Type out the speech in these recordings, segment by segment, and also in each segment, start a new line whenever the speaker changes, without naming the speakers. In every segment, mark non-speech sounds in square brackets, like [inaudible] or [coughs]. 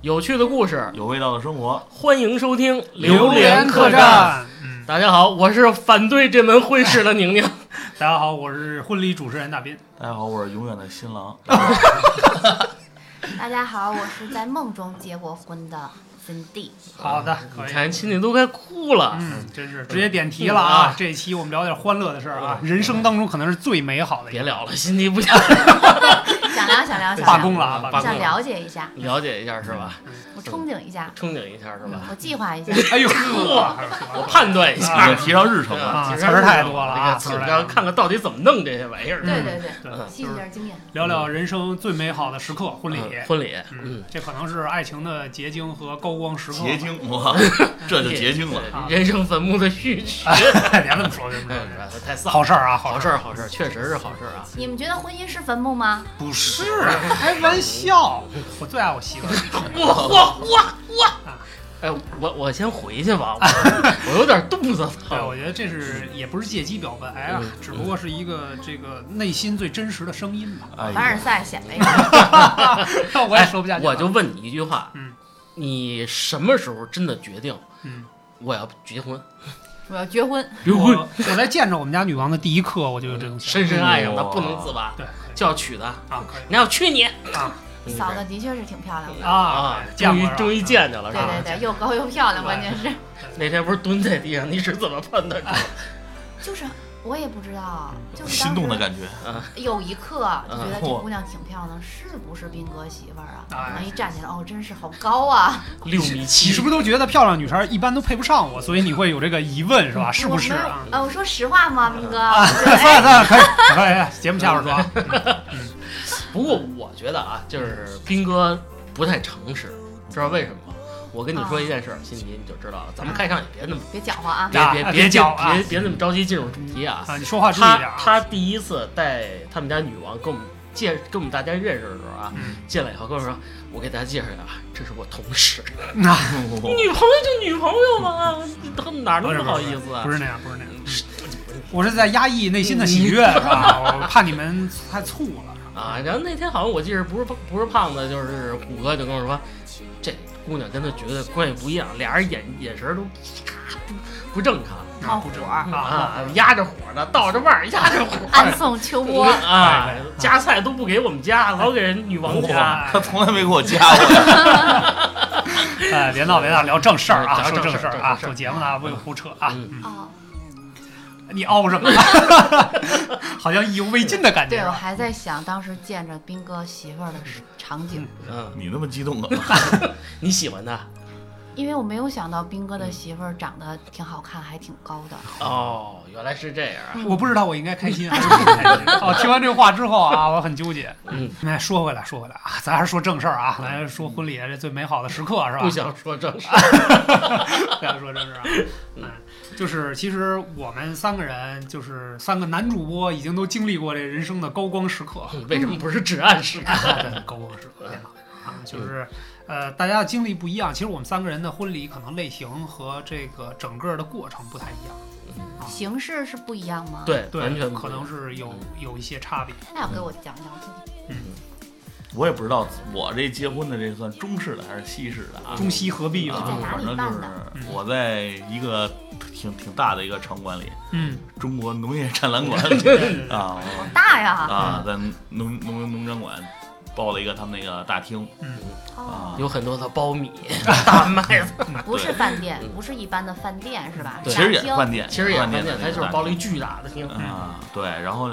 有趣的故事，
有味道的生活，
欢迎收听《
榴
莲
莲
客
客
栈》。
栈
嗯，
大家好，我是反对这门婚事的宁宁。
大家好，我是婚礼主持人大斌。
大家好，我是永远的新郎。
大家好，我是在梦中结过婚的森弟。
好的，
你
可以。
看，亲戚都快哭了。
嗯，真是直接点题了啊
嗯！
这一期我们聊点欢乐的事儿啊，人生当中可能是最美好的一
别
个。
聊了，心急不想
想聊想聊想聊，
罢工了啊！罢
罢
工
工
想
了！嗯
了解一下，
了解一下是吧？
我憧憬一下，
憧憬一下是吧？
我计划一下。
哎呦，
我
呵， [laughs]
判断一
已
下嗯
经。提上日程了，
嗯啊
几个
词儿太多了啊
这个
词儿太多
要
了
看看到底怎么弄这些玩意儿。
对对对，
对，
吸取点经验。
聊聊人生最美好的时刻——婚礼。
嗯婚礼，
嗯，，这可能是爱情的结晶和高光时刻。
结晶， [laughs] 哇，这就结晶了。
啊
人生坟墓的序曲。
[laughs] 别这么说，别这么说，
嗯太丧，
[laughs] 好事儿啊，
好
好
事
儿
儿，好事儿，确实是好事儿啊。
你们觉得婚姻是坟墓吗？
不是啊开玩笑，我最爱我媳妇儿。
我我我我，哎，我我先回去吧，
[laughs]
我我有点肚子
对，
疼。
哎我觉得这是也不是借机表白啊
嗯，
只不过是一个这个内心最真实的声音吧。
哎
凡尔
呀，
赛显摆一下。
[laughs] 那我也说不下去
嗯
了，
哎我就问你一句话，
嗯
你什么时候真的决定
嗯，
我要结婚？
我要结婚，
结
我我在见着我们家女王的第一刻，我就有这种想
深深爱上她
哇
不能自拔，
法。对
就要娶她，
啊，可
你要娶你 [laughs]
啊
嫂子的确是挺漂亮
以
的。
啊
啊！！
终
见
于
过
终于见着了，
对
是吧
对？对，又高又漂亮，关键是
那天不是蹲在地上，你是怎么判断出
哎
来
就是我也不知道，就是
心动的
当时
感觉，
有一刻就觉得这姑娘挺漂亮，是不是斌哥媳妇儿啊？
哎
然后一站起来，哦，真是好高啊！
六米
你
七
是？不是都觉得漂亮女孩一般都配不上我，所以你会有这个疑问是
[laughs]
吧？是不是
我没有
啊？
呃，我说实话吗，斌哥？
啊，
我觉得
算了
哎
算 [laughs] 了，可以可以可以，节目下边
哎
说啊。
不过我觉得啊，就是斌哥不太诚实，知道为什么吗？我跟你
啊
说一件事儿，心急你就知道了。咱们开场也别那么
别搅和啊！
别
啊
别
别
别进
搅啊
别别那么着急进入主题啊！
啊，你说话注意点
他
啊。
他第一次带他们家女王跟我们介跟我们大家认识的时候啊，
嗯
进来以后跟我说，我给大家介绍一下，啊，这是我同事，
那
[laughs]
女朋友就女朋友嘛，他哪那么好意思啊
不？是那样，不是那样。嗯我是在压抑内心的喜悦，
[laughs]
是吧？我怕你们太醋了。
啊，然后那天好像我记着不是不是胖子就是虎哥就跟我说，这姑娘跟他绝对关系不一样，俩人眼眼神都咔不不正常
冒火儿，
啊，压着火呢，倒着腕儿压着火
暗送秋波。
啊，夹菜都不给我们夹，老给人女王夹。
哇，他从来没给我加过。
哎，别闹别闹，聊正事儿
嗯
啊，
聊
说
正
正
事儿
儿啊，
正事儿
说节目呢啊，不用胡扯啊。
嗯
哦，
你凹什么？
[laughs]
好像意犹未尽的感觉啊
对，
是
我
吧。
还在想当时见着斌哥媳妇儿的场景，
嗯，
你那么激动啊？
你喜欢他
因为我没有想到斌哥的媳妇儿长得挺好看，还挺高的。
哦，原来是这样啊。
嗯我不知道我应该开心还是不开心。
[laughs]
哦，听完这话之后啊，我很纠结。
嗯，
那说回来，说回来啊，咱还是说正事儿啊，来说婚礼这最美好的时刻是吧？
不想说正事。
[laughs] 不要说这事儿啊，嗯，就是其实我们三个人，就是三个男主播，已经都经历过这人生的高光时刻，
为什么不是至暗啊时刻？
对高光时刻啊，就是呃，大家的经历不一样。其实我们三个人的婚礼可能类型和这个整个的过程不太一样，
形式是不一样吗？。
对，
对，
哎完全不
可能是有有一些差别。
那要给我讲讲，
我也不知道，我这结婚的这算中式的还是西式的啊？
中西合璧
啊
了，
在哪
反
里
正
办
就是
的
我在一个挺挺大的一个场馆里，
嗯，
中国农业展览馆里
对对对，
啊
好大呀！
啊，在农农农展馆报了一个他们那个大厅
哦，
啊，
[laughs] 有很多的苞 [laughs] 米、大麦子，
不是饭店，不是一般的饭店是吧？
对
嗯其实也
大厅
饭
[laughs]
店，
其
啊
实也
饭
关
店
键，
的
它
那个
就是
大
包了
厅
一巨大的
嗯
厅。
啊，对，然后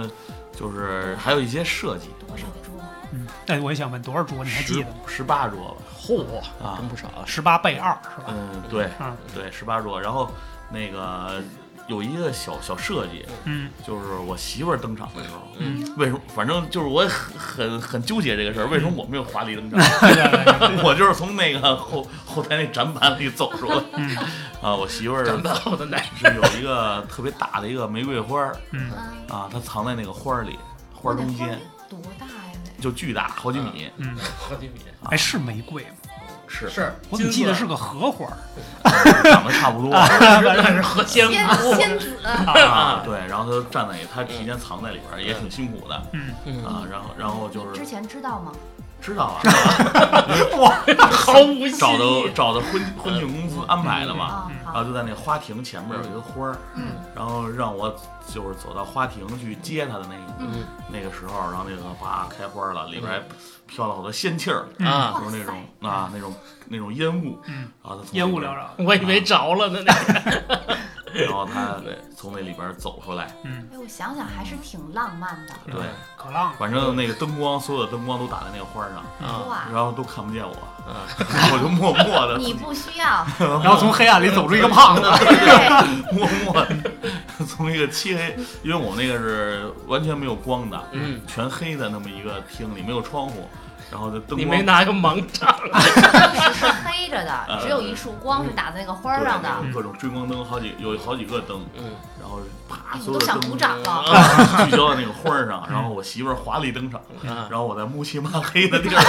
就是还有一些设计，
多少桌？
嗯，但我也想问多少桌哦你还记
十
得吗？
十八桌吧，
嚯，
啊
真不少 [laughs] 啊！
十八倍二是吧？
嗯，对
啊，
对，十八桌，然后那个有一个小小设计，
嗯
就是我媳妇儿登场的时候，
嗯，
为什么？反正就是我很很很纠结这个事儿，为什
嗯
么我没有华丽登场？ [laughs]
对对对对，
我就是从那个后后台那展板里走出
[laughs]
来
嗯
啊，我媳妇儿
长大后的奶，
是有一个特别大的一个玫瑰花儿
嗯。
嗯，
啊，它藏在那个花儿里，花儿中间
多大呀？得
就巨大，好几米，
嗯，
好几米。
哎，是玫瑰吗？
是
是，
我怎么记得是
金
[laughs] 个合伙儿？
长得差不
[laughs]
多
色 [laughs] 的，那是何仙
仙
姑。
仙子，
[laughs]
啊，对，然后它站在，它提前藏在里边儿，也挺辛苦的
嗯
嗯
啊，然后然后就
你之
是
前知道吗？
知道啊，
哇，
毫无新意
找的找的婚婚庆公司安排的嘛，
啊，
嗯
然后
好，
就在那花亭前面有一个花儿，
嗯
然后让我就是走到花亭去接他的那一
嗯
那个时候，然后那个哇开花了，里边
嗯
还飘了好多仙气儿，
啊，
就是那种啊那种那种烟雾，
嗯，
然后他从
烟雾
里
缭
边，
绕，
我以为着了呢，那
然后他从那里边走出来，
嗯，
哎，我想想还是挺浪漫的，
对，
可浪了，
反正那个灯光所有的灯光都打在那个花上，
啊，
哇，
然后都看不见我，
啊
[laughs] 我就默默的
你不需要，
然后从黑暗里走出一个胖子，
对，
[laughs] 默默地从一个漆黑，
嗯
因为我那个是完全没有光的，
嗯，
全黑的那么一个厅里没有窗户，然后就灯
你
光
没拿个盲杖
是黑着的，只有一束光是打在那个花儿上的，
嗯对各种追光灯，好几有好几个灯，
[laughs] 嗯，
然后啪，
哎，你
所有的
都想鼓
灯
掌了。
啊
聚焦在那个花儿
[laughs]
上，然后我媳妇儿华丽登场，
啊
然后我在乌漆嘛黑的地
[laughs]
儿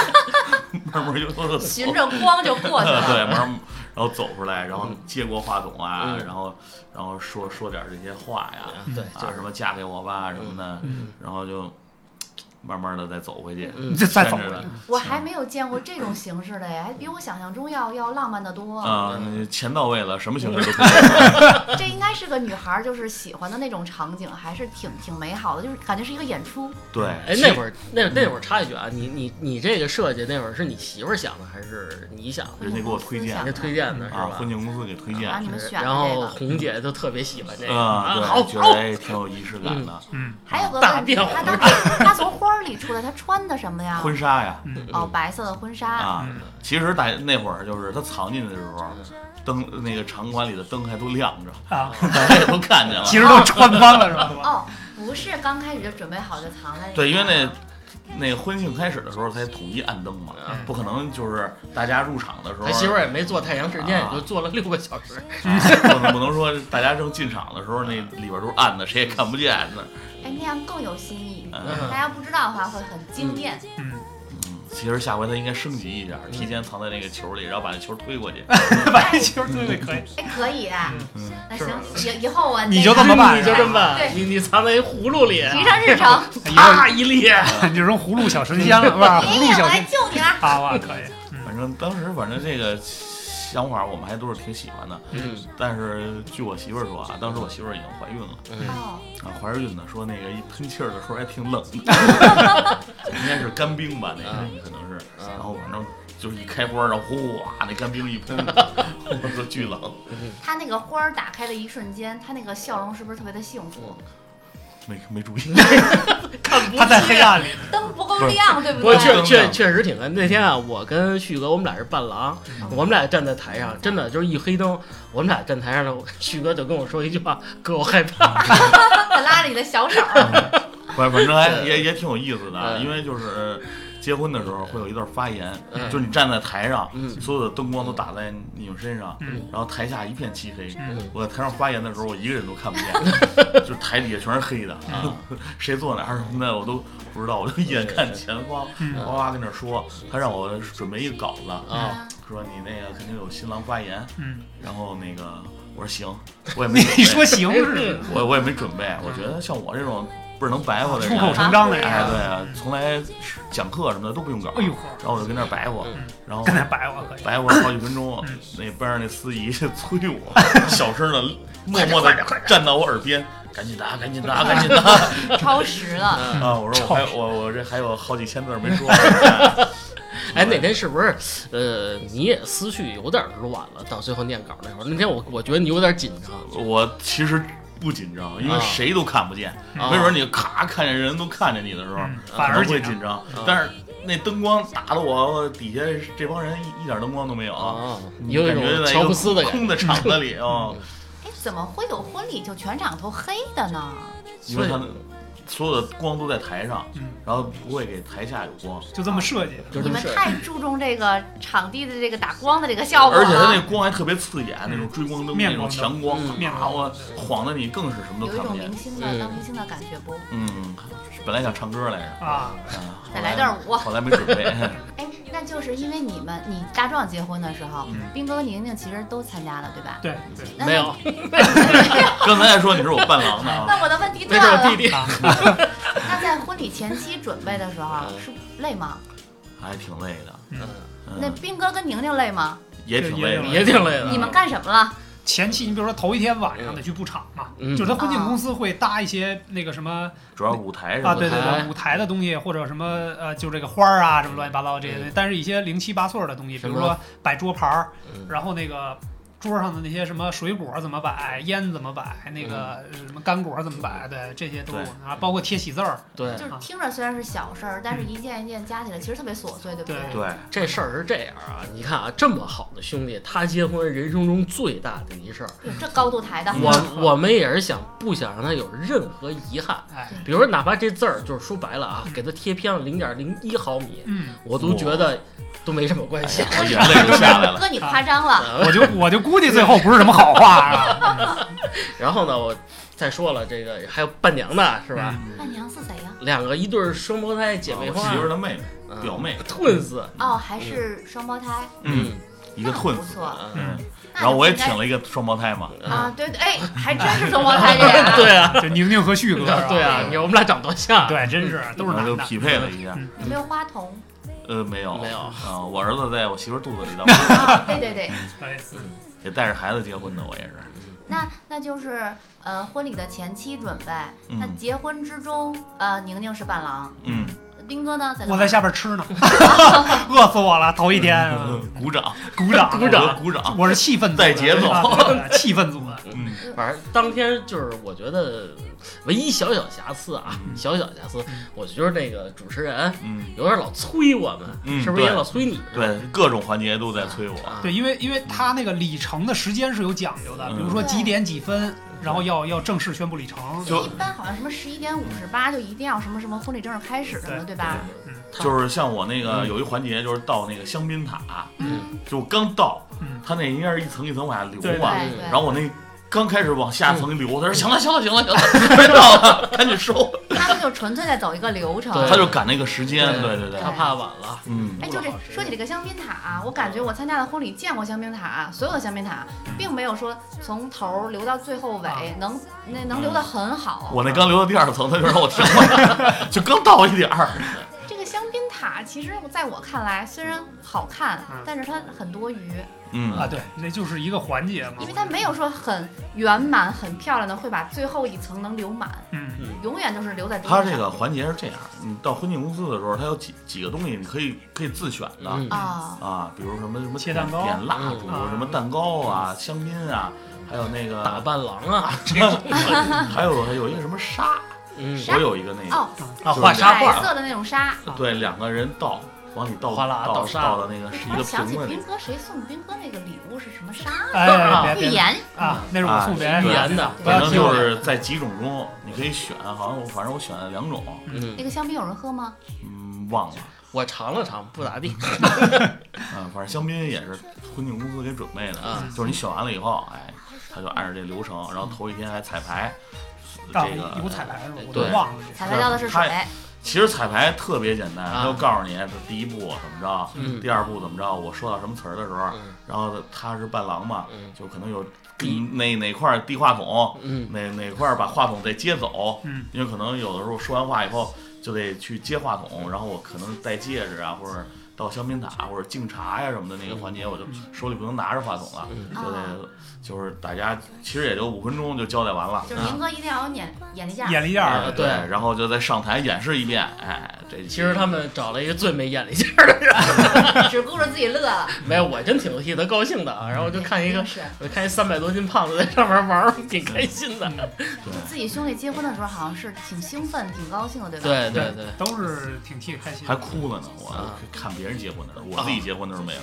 慢慢悠悠的
循
走。
着光就
[laughs]
过去
对，
了。
慢慢，然后走出来，然后
嗯
接过话筒啊，
嗯
然后，然后说说点这些话呀，
对，就
啊，
是
什么嫁给我吧什么的，
嗯
然后就慢慢的再走回去，
嗯
这再走
牵着
了
的，
我还没有见过这种形式的哎，还比我想象中要要浪漫的多。
啊，
嗯
那钱到位了，什么形式都可以。
这应该是个女孩儿就是喜欢的那种场景，还是挺挺美好的，就是感觉是一个演出。
对，啊
哎，那会儿那那会儿插一句啊，你你你这个设计那会儿是你媳妇儿想的还是你想的？
人家给我推荐
想
人家推荐的是
啊，
吧
婚？庆公司给推
啊，
荐，
你们
是
选的
然
这
后
个。
红姐就特别喜欢这个
啊，
啊，
对，
好
觉得哎挺有仪式感的，
嗯，
还有个
大
问题，
变
她当时她从花儿里出来，她穿的什么
嗯
呀？
[laughs] 婚纱呀，
哦，白色的婚纱。
啊
嗯，
其实在那会儿就是他藏进去的时候，灯那个场馆里的灯还都亮着， [laughs]
啊，
大家也都看见了。
其实都穿帮了是吧？
哦，不是刚开始就准备好就藏在里面。
对，因为那那婚庆开始的时候才统一按灯嘛，
嗯
不可能就是大家入场的时候，
他媳妇儿也没做太阳之间，
啊
也就做了六个小时。
嗯
啊不能说大家正进场的时候那里边都是暗的，谁也看不见的。
哎，那样更有新意。
嗯，
大
嗯
家不知道的话会很惊艳。
嗯，
其实下回他应该升级一下，提前藏在那个球里，然后把那球推过去。
白球对对可以，
哎，可以啊。
嗯
那
是
行，以以后我
你就这么办
你就这么办，
对
你你藏在一葫芦里，
提上日程。
啪一列，
[laughs] 你就成葫芦小神仙了是吧？葫
爷
芦
爷，我
小
哎来
仙
[laughs] 救你了。
啊，哇，可以，嗯
反正当时反正这个想法我们还都是挺喜欢的。
嗯
但是据我媳妇儿说啊，当时我媳妇儿已经怀孕了
嗯，
哦，
啊，怀着孕呢，说那个一喷气儿的时候还挺冷的，应该是干冰吧，那
啊
个可能是。
啊
然后反正就是一开花，然后哗，那干冰一喷，我说巨冷，
他那个花儿打开的一瞬间，他那个笑容是不是特别的幸福？
没没注意。
看不
他在黑
见。
暗里，
灯不够亮，对不
不过
对？
确确确实挺暗。那天啊，我跟旭哥，我们俩是伴郎，我们俩站在台上，真的就是一黑灯，我们俩站台上了，旭哥就跟我说一句话：“哥，我害怕。
拉着你的小手儿，
[laughs] 反反正还也也挺有意思的，啊
嗯
因为就是结婚的时候会有一段发言，
嗯
就是你站在台上，
嗯
所有的灯光都打在你们身上，
嗯
然后台下一片漆黑。
嗯
我在台上发言的时候，我一个人都看不见，
[laughs]
就是台底下全是黑的，
啊
[laughs] 谁坐哪儿什么的我都不知道，我就一眼看前方，
嗯
哇哇跟那儿说，他让我准备一个稿子，
啊，
说你那个肯定有新郎发言，
嗯，
然后那个我说行，我也没
你
准备
说
哎
行是的，
我我也没准备，我觉得像我这种不是能白活的
出
人，
口成章的
哎，
呀，
对啊，从来讲课什么的都不用稿，
哎呦呵，
然后我就跟那儿白活
嗯，
然后
跟那白我可以，
白活了好几分钟
嗯，
那边上那司仪就催
[laughs]
我，小声的默默的站到我耳边，赶紧答，赶紧答，赶紧答
[laughs] 超时了。
嗯
啊！我说我还我我这还有好几千字没
[laughs]
说，
哎，那天是不是呃，你也思绪有点乱了？到最后念稿那会儿，那天我我觉得你有点紧张。
我其实。不紧张，因为
啊
谁都看不见，
啊
没准你咔看见人都看见你的时候，
嗯反而
可能会
紧啊
紧张。但是那灯光打的我底下这帮人一一点灯光都没有，
啊，
你
有一
感觉
种
在
乔
一
布
个
斯的感觉，
空的场子里
[laughs]
啊，
哎，怎么会有婚礼就全场都黑的呢？
因为他们所有的光都在台上
嗯，
然后不会给台下有光，
就这么设计的，
就这
你
么
们
事儿。
太注重这个场地的这个打光的这个效果
而且他那
了，
光还特别刺眼，那种追光灯
面
那种
光灯
强光
啊嗯，
面
啊，
光
我
灯
晃的你更是什么
有
都
一
看不
种
见
明。星的当
嗯
明星的感觉不？
嗯，本来想唱歌
[laughs]
来着，
啊，
啊
再来段舞
后来没准备。
哎，那就是因为你们，你大壮结婚的时候
嗯，
斌哥和宁宁其实都参加了，对吧？
对对。
那
没有，
刚才还说你是我伴郎
[laughs]
呢啊，
那我的问题
那
断
是我弟
了。
弟。
啊，
嗯
那在婚礼前期准备的时候是累吗？
还挺累的，
嗯，
那
嗯，
斌哥跟宁宁累吗？
也挺累
对
的。
也挺累的。
你
嗯
们干什么了？
前期你比如说头一天晚
嗯
上得去布场嘛，
嗯
就是他婚庆公司会搭一些那个什么
主要舞台什
啊，
么
对
的，
对
舞台
对，舞台的东西或者什么呃，就这个花儿啊，什么乱七八糟这些东西，但是一些零七八碎儿的东西，比
什么
如说摆桌盘儿，
嗯
然后那个桌上的那些什么水果怎么摆，烟怎么摆，那个什么干果怎么摆，对这些都
嗯对
啊，包括贴喜字儿，
对
啊
就是听着虽然是小事儿，但是一件一件加起来其实特别琐碎，对不
对
嗯对，
这事儿是这样啊，你看啊，这么好的兄弟，他结婚人生中最大的一事儿，
有这高度抬的，
我我们也是想不想让他有任何遗憾。
哎，
比如说，哪怕这字儿就是说白了啊，给他贴偏了零点零一毫米，
嗯，
我都觉得都没什么关系。
我眼泪都下来了。啊
哥你夸
哎
张了，
我就我就估计最后不是什么好话啊，
然后呢，我再说了，这个还有伴娘呢，是吧？
伴娘是谁呀？
两个一对儿双胞胎姐妹
啊我嗯媳妇
花
儿，的妹妹，
嗯
表妹，
twins，
哦，还是双胞胎，
嗯，一个
那
混
不。错。
啊
嗯，
那
然后我也
应该
请了一个双胞胎嘛，
啊，对对，哎，还真
[laughs]
是双胞胎这俩，
对啊，
就宁宁和旭哥，是吧
对
嗯
啊，你看我们俩长多像，
对，真是都是
然后就
男的，
匹配了一下。
有没有花童？
呃，没有，
没有
啊，我儿子在我媳妇儿肚子里当，
啊，对对对，
哎
也带着孩子结婚的，我也是。
那那就是呃婚礼的前期准备，
嗯
那结婚之中，呃，宁宁是伴郎，
嗯，
斌哥呢在
我在下边吃呢， [laughs] 饿死我了，头一天，啊
鼓掌，
鼓掌
鼓掌
我嗯鼓掌。
我是气氛组的
带节奏
啊对对对气氛组的。
嗯，
反正当天就是我觉得唯一小小瑕疵啊，
嗯
小小瑕疵
嗯，
我觉得那个主持人
嗯，
有点老催我们，
嗯
是不是也
对
老催你？
对，各种环节都在催我。
啊，
对，因为因为他那个里程的时间是有讲究的，
嗯
比如说几点几分，然后要要正式宣布里程。
就
一般好像什么十一点五十八就一定要什么什么婚礼正式开始什么，对吧？
啊他
就是像我那个
嗯
有一环节，就是到那个香槟塔，
嗯
就我刚到
嗯，
他那应该是一层一层往下流啊
对
嘛
对。
对对。
然后我那刚开始往下层流，他说行了行了行了行了，别到了，赶紧收。
他们就纯粹在走一个流程。
对
他就赶那个时间，
对
对对对
他，怕晚了，
嗯，
哎，就这说起这个香槟塔啊、我感觉我参加的婚礼见过香槟塔，啊所有的香槟塔并没有说从头流到最后尾，能那能流得很好。
啊我那刚流到第二层，他就让我停了， [laughs] 就刚到一点儿。
这个香槟塔其实在我看来虽然好看
嗯，
但是它很多余，
嗯
啊，，对，那就是一个环节嘛。
因为它没有说很圆满、很漂亮的会把最后一层能流满，
嗯，
永远就是留在中
他
间
这个环节是这样，你到婚庆公司的时候，他有几几个东西你可以可以自选的。
嗯
啊，
啊，比如什么什么
切蛋糕
点蜡烛、
嗯
什么蛋糕啊、香槟啊，还有那个
打伴郎啊，
[laughs] 还有还有一个什么纱，
嗯，
纱
我有一个那个，
啊，
哦，
就是
画纱
画啊
彩色的那种纱。
对，两个人倒往里倒
哗啦
倒
倒沙
倒的那个是一个
突然哎想起
瓶子里
斌，哥，谁送斌哥那个礼物是什么纱？
哎，
预
别别
言，
啊，那是我送别人
预
的。
言的，
不
反
要
正
听
就
我
是在几种中你可以选，好像我反正我选了两种，
嗯
那，个香槟有人喝吗？
嗯，忘了，
我尝了尝，不咋地，
嗯，反正香槟也是婚庆公司给准备的，
啊
就是你选完了以后，哎，他就按照这流程，然后头一天还彩排，
啊
这个，
有彩排是吧？我都
对
忘了
彩排到的是水，
其实彩排特别简单，
啊
他就告诉你这第一步怎么着，
嗯
第二步怎么着，我说到什么词儿的时候，
嗯
然后他是伴郎嘛，
嗯
就可能有哪哪块儿递话筒，
嗯，
哪哪块儿把话筒得接走，
嗯
因为可能有的时候说完话以后就得去接话筒，然后我可能戴戒指啊，或者到香槟塔或者敬茶呀、什么的那个环节，我就手里不能拿着话筒了，
嗯
就
啊
得这就是大家其实也就五分钟就交代完了。
就是宁哥一定要有眼眼力
这
见
个，。眼力劲
啊
儿，
哎
对
然后就再上台演示一遍，哎，这
其实他们找了一个最没眼力劲儿的人，
只顾着自己乐
[laughs]
了。
嗯
没有，我真挺替他高兴的啊，然后我就看一个
真。是
我看一三百多斤胖子在上面玩儿，挺开心的。
嗯
自己兄弟结婚的时候，好像是挺兴奋、挺高兴的，对吧？
[laughs] 对对对，
都是挺替开心
还
的。
哭了呢，我
啊
看别人结婚的时候，我自己结婚的时候没有，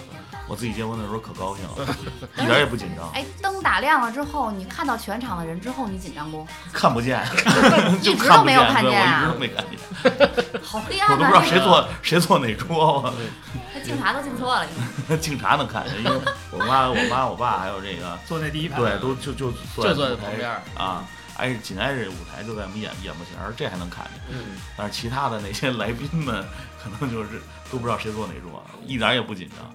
我自己结婚的时候可高兴
[laughs]
了，一点也不紧张，
哎，灯打亮了之后，你看到全场的人之后，你紧张不？
看不见， [laughs] 就
一直
看
都
不
没
见，
有看
对，
见
我一直
啊
都没看见，
好黑
我
暗啊
都
呐！
不知道谁坐谁坐哪桌，
这敬茶都敬错了，
我警察能看见，因为我妈、我妈、我爸还有
[laughs]
这个，
坐在第一排，
对，都就就坐
就坐在
舞台
旁边儿
啊，挨着紧挨着舞台就在我们眼眼巴前儿，这还能看见，
嗯，
但是其他的那些来宾们可能就是都不知道谁坐哪桌，一点也不紧张。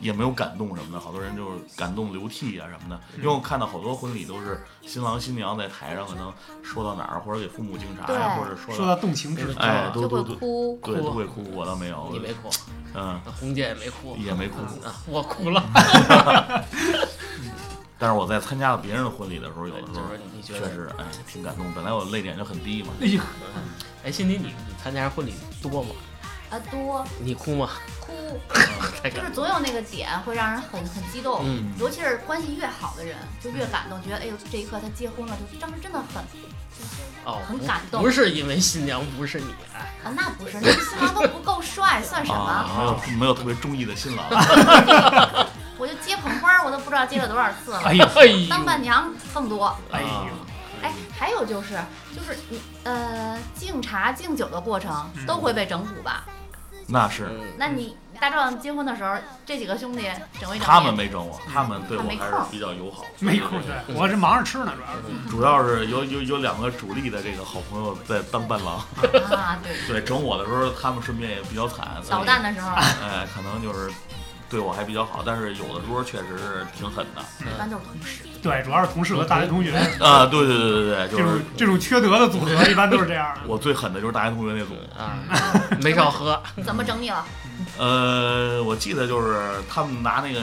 也没有感动什么的，好多人就是感动流涕啊什么的。因为我看到好多婚礼都是新郎新娘在台上可能说到哪儿，或者给父母敬茶呀，
对
或者说
说
到
到动情之中，
哎，都
就
都
会
都
哭。
对
哭
都会哭，我倒没有，
你没哭，
嗯，
红姐也没哭，
也没哭。
啊，我哭了。
但是我在参加别人的婚礼的时候，有的
就
时候
是你觉
确
得，
实哎挺感动。本来我泪点就很低嘛，
哎呀，
哎，心里你你参加婚礼多吗？
啊，多
你哭
[laughs]
吗？
哭，
太
就
感
是
动。
总有那个点会让人很很激动。
嗯，
尤其是关系越好的人，就越感动，觉得哎呦，这一刻他结婚了，就当时真的很
哦，
很
不
感动
不是因为新娘不是你，哎
啊，那不是，那新郎都不够帅，算什么？
啊，没有没有特别中意的新郎，
我就接捧花儿，我都不知道接了多少次了。
哎呦，
哎呦，
当伴娘更多。
哎呦
啊
哎，还有就是，就是你呃敬茶敬酒的过程
嗯
都会被整蛊吧？
那是
嗯
那你大壮结婚的时候，这几个兄弟整一整，
他们没整我，他们对我
他没
还是
空
比较友好。
没空去，我这忙着吃呢，主要是。
主要是有有有两个主力的这个好朋友在当伴郎，
啊？对，
对整我的时候，他们顺便也比较惨，所以
捣蛋的时
[laughs]
候
哎，可能就是对我还比较好，但是有的时候确实是挺狠的。
一般都是同事。
对，主要是同事和大学同学，
啊，对对对对对，就
这种
是
这种缺德的组合一般都是这样的。
我最狠的就是大学同学那组。
啊，没少喝，
怎么整你了？
呃，我记得就是他们拿那个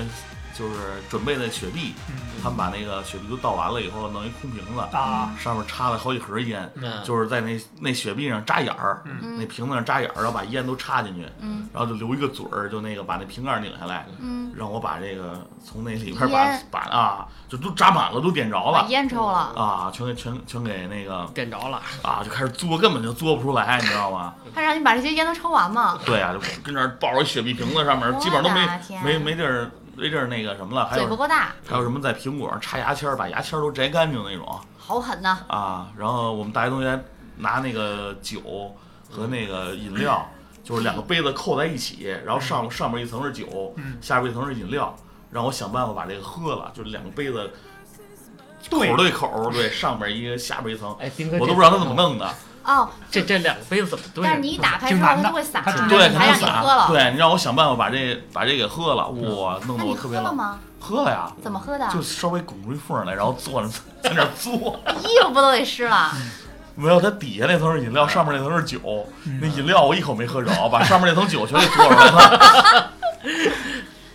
就是准备的雪碧，
嗯
他们把那个雪碧都倒完了以后，弄一空瓶子，
啊，
上面插了好几盒烟，
嗯，
就是在那那雪碧上扎眼儿，
嗯
那瓶子上扎眼儿，然后把烟都插进去，
嗯
然后就留一个嘴儿，就那个把那瓶盖儿拧下来，
嗯，
让我把这个从那里边儿把
烟
把啊，就都扎满了，都点着
把
了
烟抽了，
啊，全给全全给那个
点着了，
啊，就开始嘬，根本就嘬不出来，你知道吗？
他让你把这些烟都抽完吗？
对呀、就 [laughs] 跟这儿抱着一雪碧瓶子，上面基本上都
我的
没
天啊
没没地儿没地儿那个什么了，还
嘴不
有
够大，
还有什么在苹果上插牙签儿，把牙签儿都摘干净那种
好狠呐！
啊。然后我们大学同学拿那个酒和那个饮料，就是两个杯子扣在一起，然后
嗯
上上面一层是酒，
嗯
下边一层是饮料，让我想办法把这个喝了，就是两个杯子
对
口对口，对上边一个，下边一层，
哎，丁哥，
我都不知道他怎么，弄的。
哦，
这这两个杯子怎么对？
但是你一打开之
挺
后，
难
它
的
就会洒，
它挺
对，
还
他
让你
洒
喝了。
对你让我想办法把这把这给喝了，哇，弄
那
得我
你
特
喝
别
了
冷。
吗？
喝了呀，
怎么喝的？
就稍微拱出一缝儿来，然后坐着在那儿嘬。
衣服不都得湿了？
没有，它底下那层是饮料，上面那层是酒。
嗯
那饮料我一口没喝着，把上面那层酒全给嘬出来了。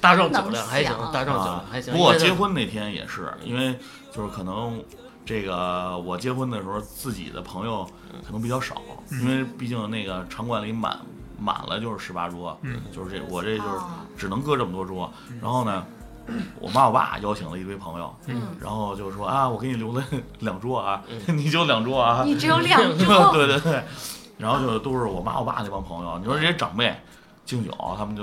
大壮酒量还行
能想，
大壮酒
啊
量还行。
不过
因为他
结婚那天也是，因为就是可能这个我结婚的时候，自己的朋友可能比较少，
嗯
因为毕竟那个场馆里满满了就是十八桌，
嗯
就是这我这就是
哦
只能搁这么多桌。然后呢，我妈我爸邀请了一堆朋友，
嗯，
然后就说啊，我给你留了 [laughs] 两桌啊，
嗯
你就两桌啊，
你只有两桌，
[laughs] 对对对，然后就都是我妈我爸那帮朋友，你说这些长辈敬酒，他们就